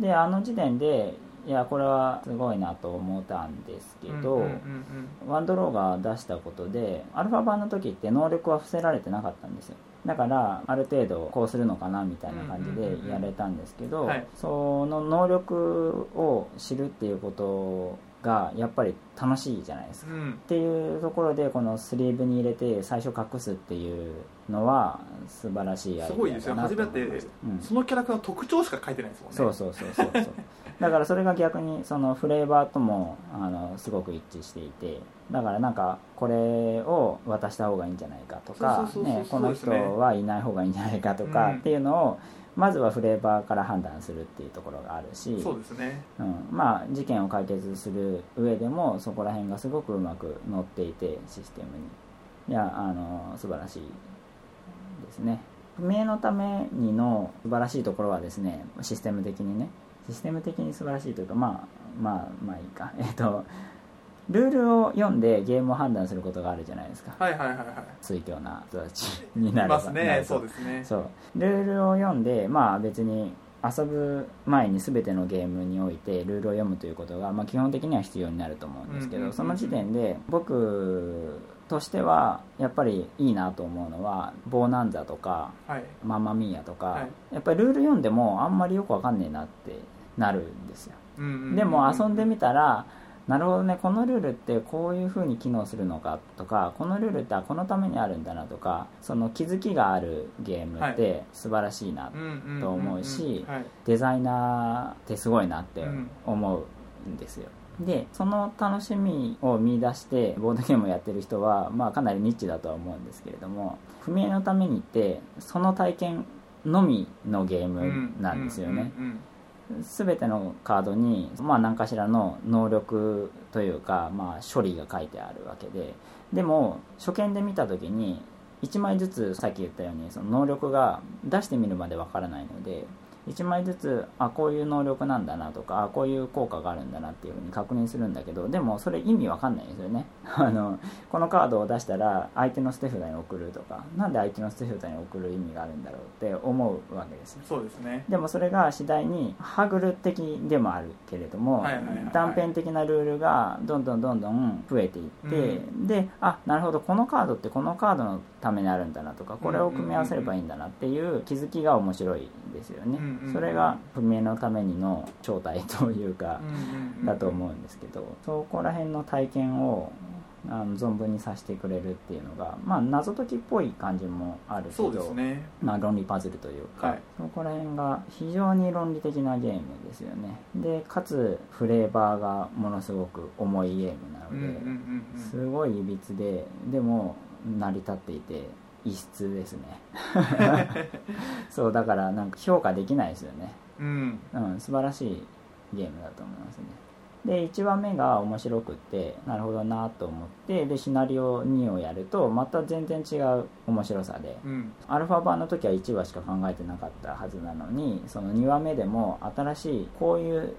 であの時点でいやこれはすごいなと思ったんですけど、
うんうんうん
ワンドローが出したことでアルファ版の時って能力は伏せられてなかったんですよだからある程度こうするのかなみたいな感じ
うんうんうんうん
でやれたんですけど、
はい
その能力を知るっていうことがやっぱり楽しいじゃないですか
うんうん
っていうところでこのスリーブに入れて最初隠すっていうのは素晴らしいアイ
す
デ
ごい
ア
です
だ
よ
な
初
と
め
思
て
いましたうん
そのキャラクターの特徴しか書いてないですもんね
そうそうそうそうそうだからそれが逆にそのフレーバーともあのすごく一致していてだからなんかこれを渡した方がいいんじゃないかとか
そうそうそうそう
ねこの
そう
人
ですね
はいない方がいいんじゃないかと
う
か
ん
っていうのをまずはフレーバーから判断するっていうところがあるし
そうですね
うん、まあ事件を解決する上でもそこら辺がすごくうまく乗っていてシステムにいやあの素晴らしいですね不明のためにの素晴らしいところはですねシステ ム的にねシステム的に素晴らしいというかまあまあまあいいかえっとルールを読んでゲームを判断することがあるじゃないですか
はいはいはいは
水教な人たちにないれ
い
ば
ます
な
ね
ると
そうですね
そうルールを読んでまあ別に遊ぶ前に全てのゲームにおいてルールを読むということが、まあ、基本的には必要になると思うんですけ
うんうんうんう
ど
ん
その時点で僕としてはやっぱりいいなと思うのは「ボーナンザ」とか
はい
「マンマミーヤ」とか、
はい
やっぱりルール読んでもあんまりよくわかんねえなってなるんですよ
うんうんうん
でも遊んでみたらなるほどねこのルールってこういうふうに機能するのかとかこのルールってあこのためにあるんだなとかその気づきがあるゲームって素晴らしいな、
うんうんうんん
と思うし
はい
デザイナーってすごいなって思うんですよ、でその楽しみを見出してボードゲームをやってる人は、まあ、かなりニッチだとは思うんですけれども踏み絵のためにってその体験のみのゲームなんですよね、
うんうん
全てのカードに、まあ、何かしらの能力というか、まあ、処理が書いてあるわけででも初見で見た時に1枚ずつさっき言ったようにその能力が出してみるまでわからないので1枚ずつあこういう能力なんだなとかあこういう効果があるんだなっていうふうに確認するんだけどでもそれ意味わかんないですよね あのこのカードを出したら相手の捨て札に送るとかなんで相手の捨て札に送る意味があるんだろうって思うわけですよ
うんそうですね
でもそれが次第にハグル的でもあるけれども、
はいはいはいはい
断片的なルールがどんどんどんどん増えていって、であなるほどこのカードってこのカードのためにあるんだなとかこれを組み合わせればいいんだなっていう気づきが面白いですよね、
うんうんうん
それが不明のためにの正体というか、だと思うんですけどそこら辺の体験をあの存分にさせてくれるっていうのが、まあ、謎解きっぽい感じもある
うん
けど
そうですね
まあ、論理パズルというか、
はい
そこら辺が非常に論理的なゲームですよねでかつフレーバーがものすごく重いゲームなの
うん
で、
うんうんうん
すごいいびつででも成り立っていて異質 ですね そうだからなんか評価できないですよね
うん
うん、素晴らしいゲームだと思いますねで1話目が面白くってなるほどなと思ってでシナリオ2をやるとまた全然違う面白さで
うん
アルファ版の時は1話しか考えてなかったはずなのにその2話目でも新しいこういう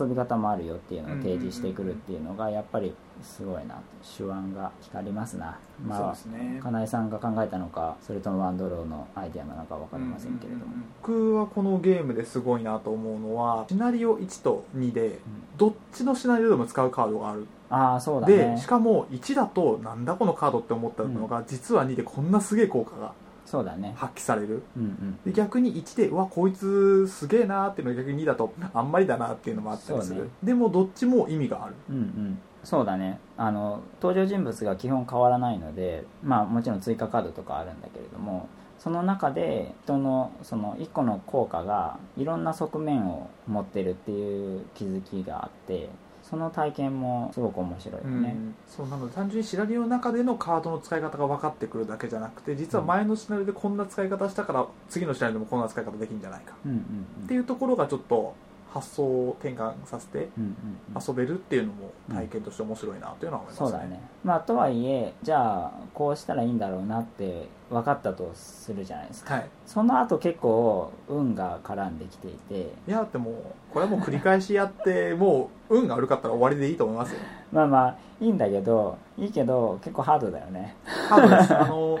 遊び方もあるよっていうのを提示してくるっていうのがやっぱりすごいな手腕が光りますな
そう
ま
ですね
あかなえさんが考えたのかそれともワンドローのアイデアなのか分かりませんけれども、
うんうんうん僕はこのゲームですごいなと思うのはシナリオ1と2でどっちのシナリオでも使うカードがある、
ああそうだ
で
ね
しかも1だとなんだこのカードって思ったのが、実は2でこんなすげえ効果が
そうだね
発揮される
うんうん
で逆に1でうわこいつすげえなーっていうのが逆に2だとあんまりだなっていうのもあったりす
そう
る、
ね
でもどっちも意味がある
うんうんそうだねあの登場人物が基本変わらないのでまあもちろん追加カードとかあるんだけれどもその中で人のその1個の効果がいろんな側面を持ってるっていう気づきがあってその体験もすごく面白いよね、
そうなので単純にシナリオの中でのカードの使い方が分かってくるだけじゃなくて実は前のシナリオでこんな使い方したから次のシナリオでもこんな使い方できるんじゃないか
うんうんうん
っていうところがちょっと発想を転換させて
うんうんうん
遊べるっていうのも体験として面白いなというのは思います
そうだね、まあ、とはいえじゃあこうしたらいいんだろうなって分かったとするじゃないですか
はい、
その後結構運が絡んできていて
いやでもこれはもう繰り返しやってもう運が悪かったら終わりでいいと思いますよ
まあまあいいんだけどいいけど結構ハードだよね
多分ですあの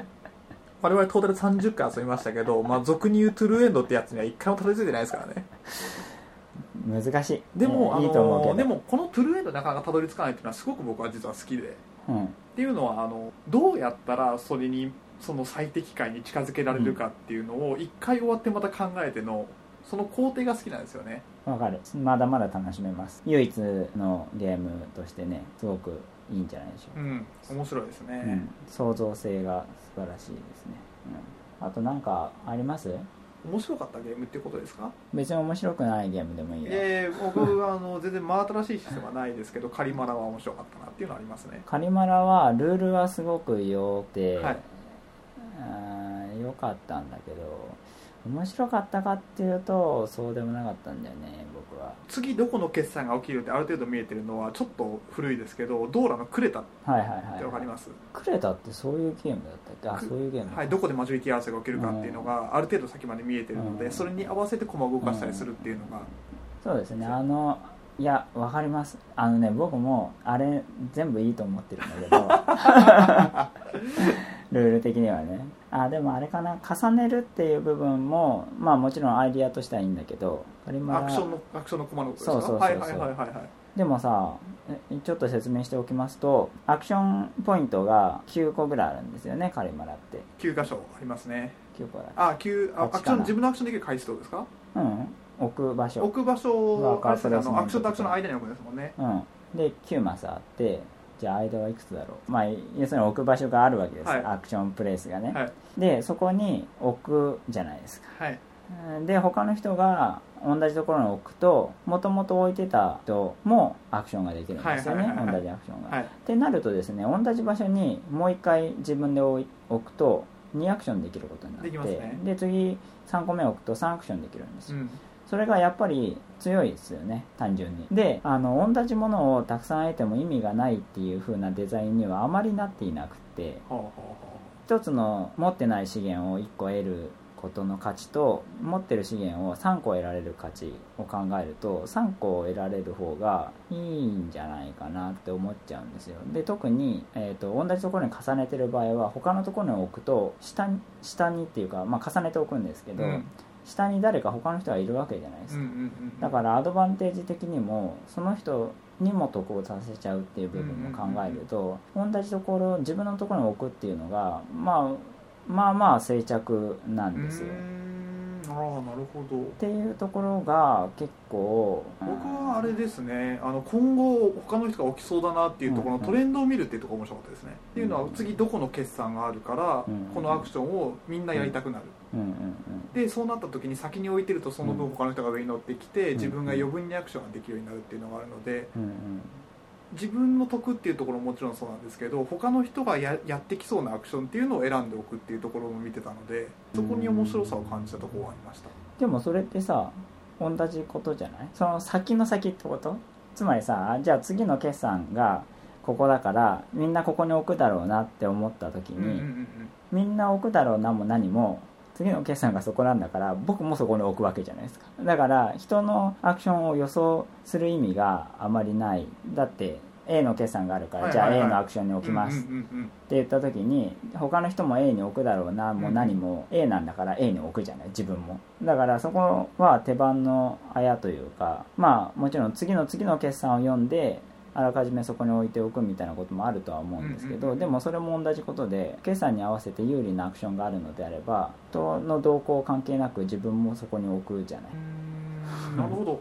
我々トータル30回遊びましたけど、まあ、俗に言うトゥルーエンドってやつには一回もたどり着いてないですからね
難しい
でも、
うん
あ
いいと思うけ
の
ど
でもこのトゥルーエンドなかなかたどり着かないっていうのはすごく僕は実は好きでっ
うん
ていうのはあのどうやったらそれにその最適解に近づけられるかっていうのを一回終わってまた考えてのその工程が好きなんですよね
わかるまだまだ楽しめます唯一のゲームとしてねすごくいいんじゃないでしょ
う
うか、
ん面白いですね、
うん創造性が素晴らしいですね、うん、あとなんかあります
面白かったゲームっていうことですか
別に面白くないゲームでもいいよ、
えー、僕はあの全然真新しいシステムはないですけどカリマラは面白かったなっていうのはありますね
カリマラはルールはすごく良くて、
はい
あー良かったんだけど面白かったかっていうとそうでもなかったんだよね僕は
次どこの決算が起きるってある程度見えてるのはちょっと古いですけどドーラのクレタっ
はいはいはい、
てわかります、
クレタってそういうゲームだったっけあ
く
そういうゲーム
はい、どこでマジョリティ争いが起きるかっていうのがある程度先まで見えてるの
う
で
ん
それに合わせて駒を動かしたりするっていうのが
そうですねあのいやわかりますあのね僕もあれ全部いいと思ってるんだけ どルール的にはねあでもあれかな重ねるっていう部分もまあもちろんアイディアとしてはいいんだけどカリマラ
アクションのアクションのコマのことですか
そうそうそうそう
はいはいはいはいはい
でもさえちょっと説明しておきますとアクションポイントが9個ぐらいあるんですよねカリマラって
9箇所ありますね
9個だっ
あ九あア
こ
ク
っち
シ
かな
ョン自分のアクションできる回数どうですか
けうん置く場所
置く場所
ワー
を
カ
あ
ー
れですね
プレ
あ
イスメン
の
ト
アクションとアクションの間に置くんですもんね
うん、で9マスあってじゃあ間はいくつだろうまあ要するに置く場所があるわけです、
はい
アクションプレイスがね、
はい
でそこに置くじゃないですか
はい
うんで他の人が同じところに置くともともと置いてた人もアクションができるんですよね、
はいはいはいはい
同じアクションが、
はい
ってなるとですね同じ場所にもう一回自分で置い置くと2アクションできることになって
できますね
で次3個目置くと3アクションできるんです
う
よ、
ん
それがやっぱり強いですよね単純にであの同じものをたくさん得ても意味がないっていう風なデザインにはあまりなっていなくって
ほうほう
一つの持ってない資源を1個得ることの価値と持ってる資源を3個得られる価値を考えると3個得られる方がいいんじゃないかなって思っちゃうんですよで特に、えー、と同じところに重ねてる場合は他のところに置くと下に下にっていうか、まあ、重ねておくんですけ
ほう
ど、
うん
下に誰か他の人がいるわけじゃないですか
うん、うんうん
だからアドバンテージ的にもその人にも得をさせちゃうっていう部分も考えると同じところ自分のところに置くっていうのが、まあ、まあまあ静着なんですよ。
うー
っ
んああなるほど
ていうところが結構
僕はあれですねあの今後他の人が起きそうだなっていうところ
うん
の
うん
トレンドを見るっていうところが面白かったですね、っていうのは次どこの決算があるから、
うん
このアクションをみんなやりたくなる、
うんうん
でそうなった時に先に置いてるとその分
うん
他の人が上に乗ってきて、
うん
自分が余分にアクションができるようになるっていうのがあるので
うんうんうん
自分の得っていうところももちろんそうなんですけど他の人がややってきそうなアクションっていうのを選んでおくっていうところも見てたのでそこに面白さを感じたところはありました、
でもそれってさ同じことじゃないその先の先ってことつまりさじゃあ次の決算がここだからみんなここに置くだろうなって思った時に、
うんうんうんうん
みんな置くだろうなも何も次の決算がそこなんだから僕もそこに置くわけじゃないですかだから人のアクションを予想する意味があまりないだって A の決算があるから、
はいはいはい
じゃあ A のアクションに置きます
う
っ
ん
て
うんうん
言った時に他の人も A に置くだろうなもう何も A なんだから A に置くじゃない自分もだからそこは手番のあやというかまあもちろん次の次の決算を読んであらかじめそこに置いておくみたいなこともあるとは思うんですけ
うん
ど、
うんうん
でもそれも同じことで決算に合わせて有利なアクションがあるのであれば人の動向関係なく自分もそこに置くじゃない、
うーん なるほど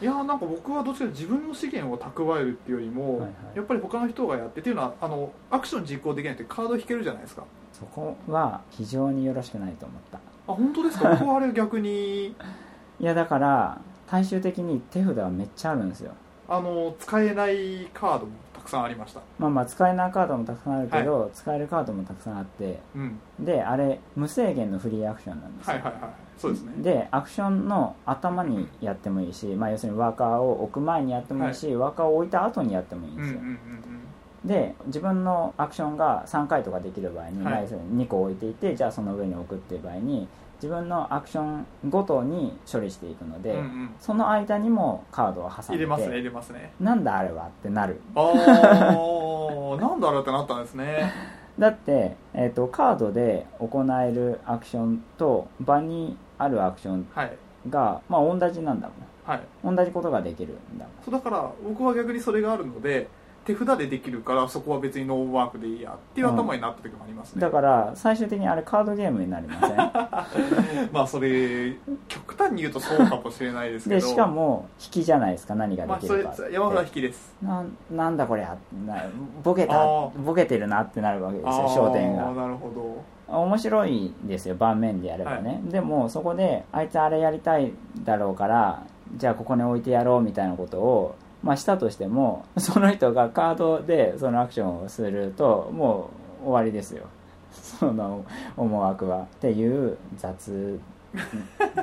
いやーなんか僕はどっちかというと自分の資源を蓄えるっていうよりも、
はいはい
やっぱり他の人がやってっていうのはあのアクション実行できないってカード引けるじゃないですか
そこは非常によろしくないと思った
あ本 当ですか僕はあれ逆に
いやだから最終的に手札はめっちゃあるんですよ
あの使えないカードもたくさんありました
まあまあ使えないカードもたくさんあるけど、使えるカードもたくさんあって
うん
であれ無制限のフリーアクションなんですよ、
はいはいはいそうですね
でアクションの頭にやってもいいし、まあ、要するにワーカーを置く前にやってもいいし、ワーカーを置いた後にやってもいいん
うん
で
うんう
す
ん
よ、
うん
で自分のアクションが3回とかできる場合に、
はい
まあ要するに2個置いていてじゃあその上に置くっていう場合に自分のアクションごとに処理していくので、
うんうん
その間にもカードを挟んで
入れますね入れますね
なんだあれはってなる
あ ーなんだあれってなったんですね
だって、えー、とカードで行えるアクションと場にあるアクション
はい
が、まあ、同じなんだ
はい
もん同じことができるんだもん
そうだから僕は逆にそれがあるので手札でできるからそこは別にノーワークでいいやっていう頭になった時もありますね、
だから最終的にあれカードゲームになりません
まあそれ極端に言うとそうかもしれない ですけ
で
ど
しかも引きじゃないですか何が
まあ
でき
そ
る
れ
かって、
山村引きです
なんなんだこりゃなボケ
あ
た
ー
ボケてるなってなるわけですよ焦点
あー
が
なるほ
面白いですよ盤面でやればね、でもそこであいつあれやりたいだろうからじゃあここに置いてやろうみたいなことをまあしたとしても その人がカードでそのアクションをするともう終わりですよ その思惑はっていう雑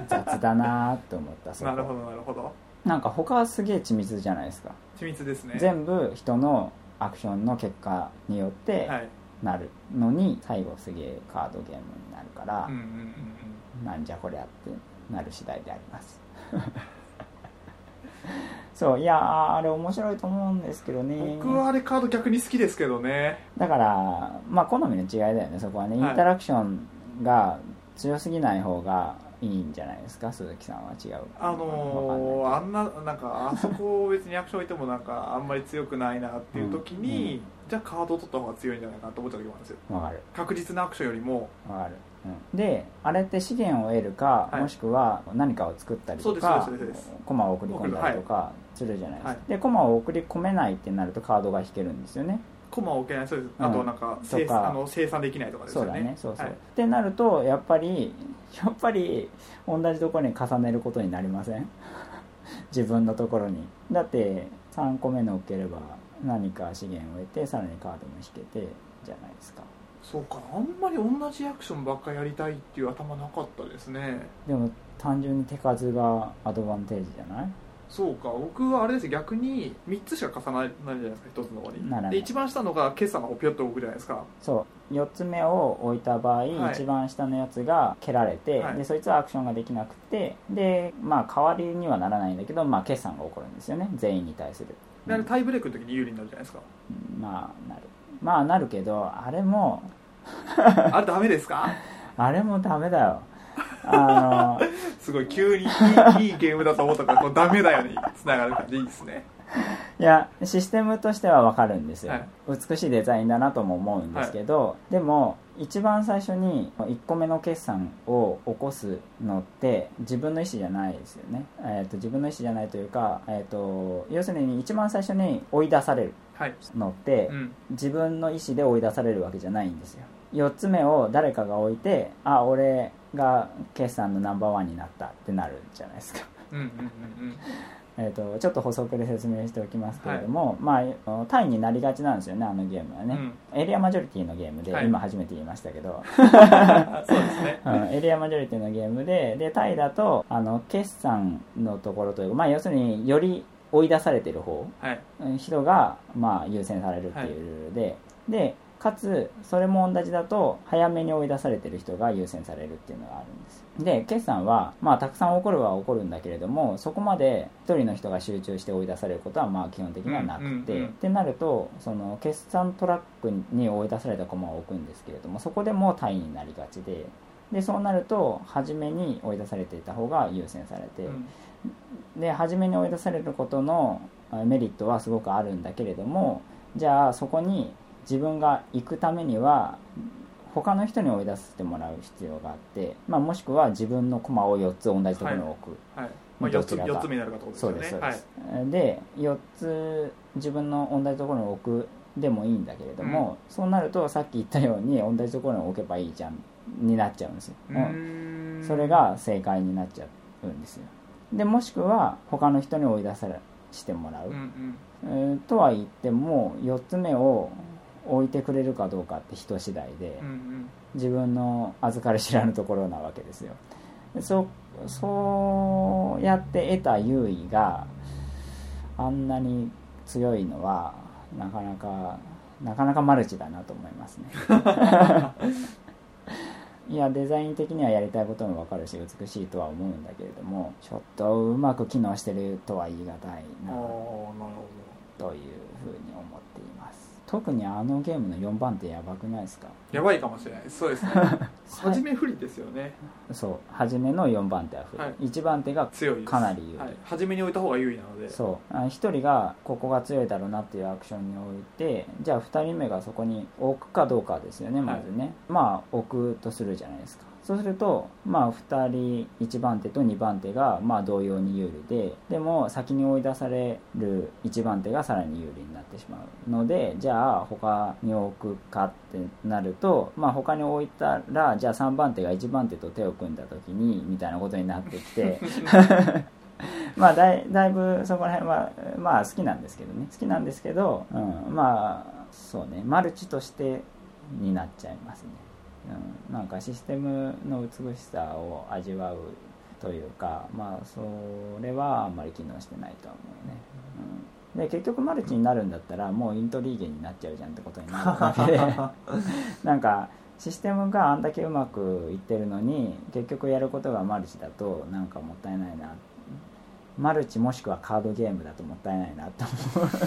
雑だなと思ったそ
ど
こ
なるほどなるほど
なんか他はすげえ緻密じゃないですか
緻密ですね
全部人のアクションの結果によって
はい
なるのに最後すげえカードゲームになるから
うんうんうんうん
なんじゃこりゃってなる次第であります そういやーあれ面白いと思うんですけどね
僕はあれカード逆に好きですけどね
だからまあ好みの違いだよねそこはねイン
はい
タラクションが強すぎない方がいいんじゃないですか鈴木さんは違う
あのー、
わ
あんななんかあそこ別に役所置いてもなんかあんまり強くないなっていう時に、じゃあカード取った方が強いんじゃないかなと思っちゃう時もあるんですよ
かんないわかる
確実なアクションよりも
わかる、うん、であれって資源を得るか、
はい
もしくは何かを作ったりとか
そうですそうですそうで
駒を送り込んだりとかするじゃないですか、
はい
で駒を送り込めないってなるとカードが引けるんですよね
コマを置けないそうです、あとなんか生
とか
あの生産できないとかです
そ
よ
うだ
ね
ねそうそう、
はい
ってなるとやっぱりやっぱり同じところに重ねることになりません 自分のところにだって3個目の受ければ何か資源を得てさらにカードも引けてじゃないですか
そうかあんまり同じアクションばっかやりたいっていう頭なかったですね
でも単純に手数がアドバンテージじゃない
そうか僕はあれですよ逆に3つしか重ならないじゃないですか1つの方
ならない
にで一番下のが決算の方ピョッと置くじゃないですか
そう4つ目を置いた場合、
い
一番下のやつが蹴られて、
はい
でそいつはアクションができなくてでまあ代わりにはならないんだけど、まあ、決算が起こるんですよね全員に対する、
であれタイブレイクの時に有利になるじゃないです か
まあなるまあなるけどあれも
あれダメですか
あれもダメだよあの
すごい急にいいいいゲームだと思ったからこうダメだよにつながる感じいいですね
いやシステムとしてはわかるんですよ、
はい
美しいデザインだなとも思うんですけど、でも一番最初に1個目の決算を起こすのって自分の意思じゃないですよね、えー、と自分の意思じゃないというか、えー、と要するに一番最初に追い出される
はい
のって、
うん
自分の意思で追い出されるわけじゃないんですよ4つ目を誰かが置いてあ俺が決算のナンバーワンになったってなるじゃないですか
うんうんうんうん
えーとちょっと補足で説明しておきますけれども、まあタイになりがちなんですよねあのゲームは
う
ね、
ん
エリアマジョリティのゲームで、
はい
今初めて言いましたけ ど、
あそうですね
うんエリアマジョリティのゲームででタイだとあの決算のところというか、まあ、要するにより追い出されてる方
はい
人が、まあ、優先されるっていうルールで、でかつそれも同じだと早めに追い出されてる人が優先されるっていうのがあるんですで決算は、まあ、たくさん起こるは起こるんだけれどもそこまで一人の人が集中して追い出されることはまあ基本的にはなくて、
うんうんうん
ってなるとその決算トラックに追い出された駒を置くんですけれどもそこでもう単位になりがちででそうなると初めに追い出されていた方が優先されて、
うん
で初めに追い出されることのあメリットはすごくあるんだけれどもじゃあそこに自分が行くためには他の人に追い出してもらう必要があって、まあ、もしくは自分の駒を4つ同じところに置く、
はいまあ
ど
4
ち
つ
らか
四つ目になるかってことです
そ
よ
う
ね
ですそうで
はい
す、で4つ自分の同じところに置くでもいいんだけれども、そうなるとさっき言ったように同じところに置けばいいじゃんになっちゃうんですよ、
うーん
それが正解になっちゃうんですよでもしくは他の人に追い出されしてもらう、
うんうん
えーとは言っても4つ目を置いてくれるかどうかって人次第で
うんうん
自分の預かり知らぬところなわけですよでそそうやって得た優位があんなに強いのはなかなかなかなかマルチだなと思いますねいやデザイン的にはやりたいことも分かるし美しいとは思うんだけれどもちょっとうまく機能してるとは言い難い
ああ
な
なるほ
というふうに思っています特にあのゲームの4番手やばくないですか
どやばいかもしれないですそうですね初め不利ですよね
そう初めの4番手は不利、
はい
1番手が
強いです
かなり有利
はい、初めに置いた方が優位なので
そうあ1人がここが強いだろうなっていうアクションに置いてじゃあ2人目がそこに置くかどうかですよねまずね、まあ置くとするじゃないですかそうするとまあ2人1番手と2番手がまあ同様に有利ででも先に追い出される1番手がさらに有利になってしまうのでじゃあ他に置くかってなるとまあ他に置いたらじゃあ3番手が1番手と手を組んだ時にみたいなことになってきてまあだいだいぶそこら辺はまあ好きなんですけどね好きなんですけど、うん、まあそうねマルチとしてになっちゃいますね、うん、なんかシステムの美しさを味わうというかまあそれはあんまり機能してないとは思うね、うん、で結局マルチになるんだったらもうイントリーゲになっちゃうじゃんってことになるわけでなんかシステムがあんだけうまくいってるのに結局やることがマルチだとなんかもったいないなマルチもしくはカードゲームだともったいないなと思う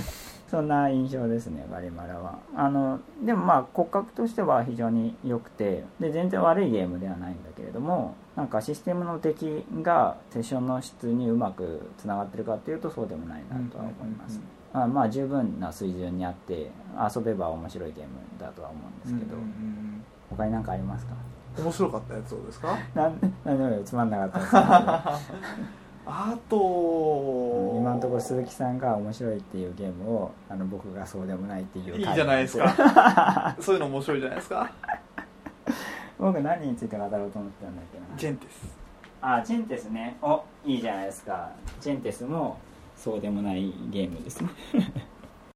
そんな印象ですねバリマラはあのでもまあ骨格としては非常に良くてで全然悪いゲームではないんだけれどもなんかシステムの敵がセッションの質にうまくつながってるかっていうとそうでもないなとは思いますね、あまあ十分な水準にあって遊べば面白いゲームだとは思うんですけど、
うんうんうん
他に何かありますか
面白かったやつをです か
なん なんでもいいよつまんなかったですけど
あと
今のところ鈴木さんが面白いっていうゲームをあの僕がそうでもないっていう
いいじゃないです
タイ
かそういうの面白いじゃないですか
プ 僕何について語ろうと思ってたんだっけな
ジェンテス
あチェンテスねおいいじゃないですかチェンテスもそうでもないゲームですね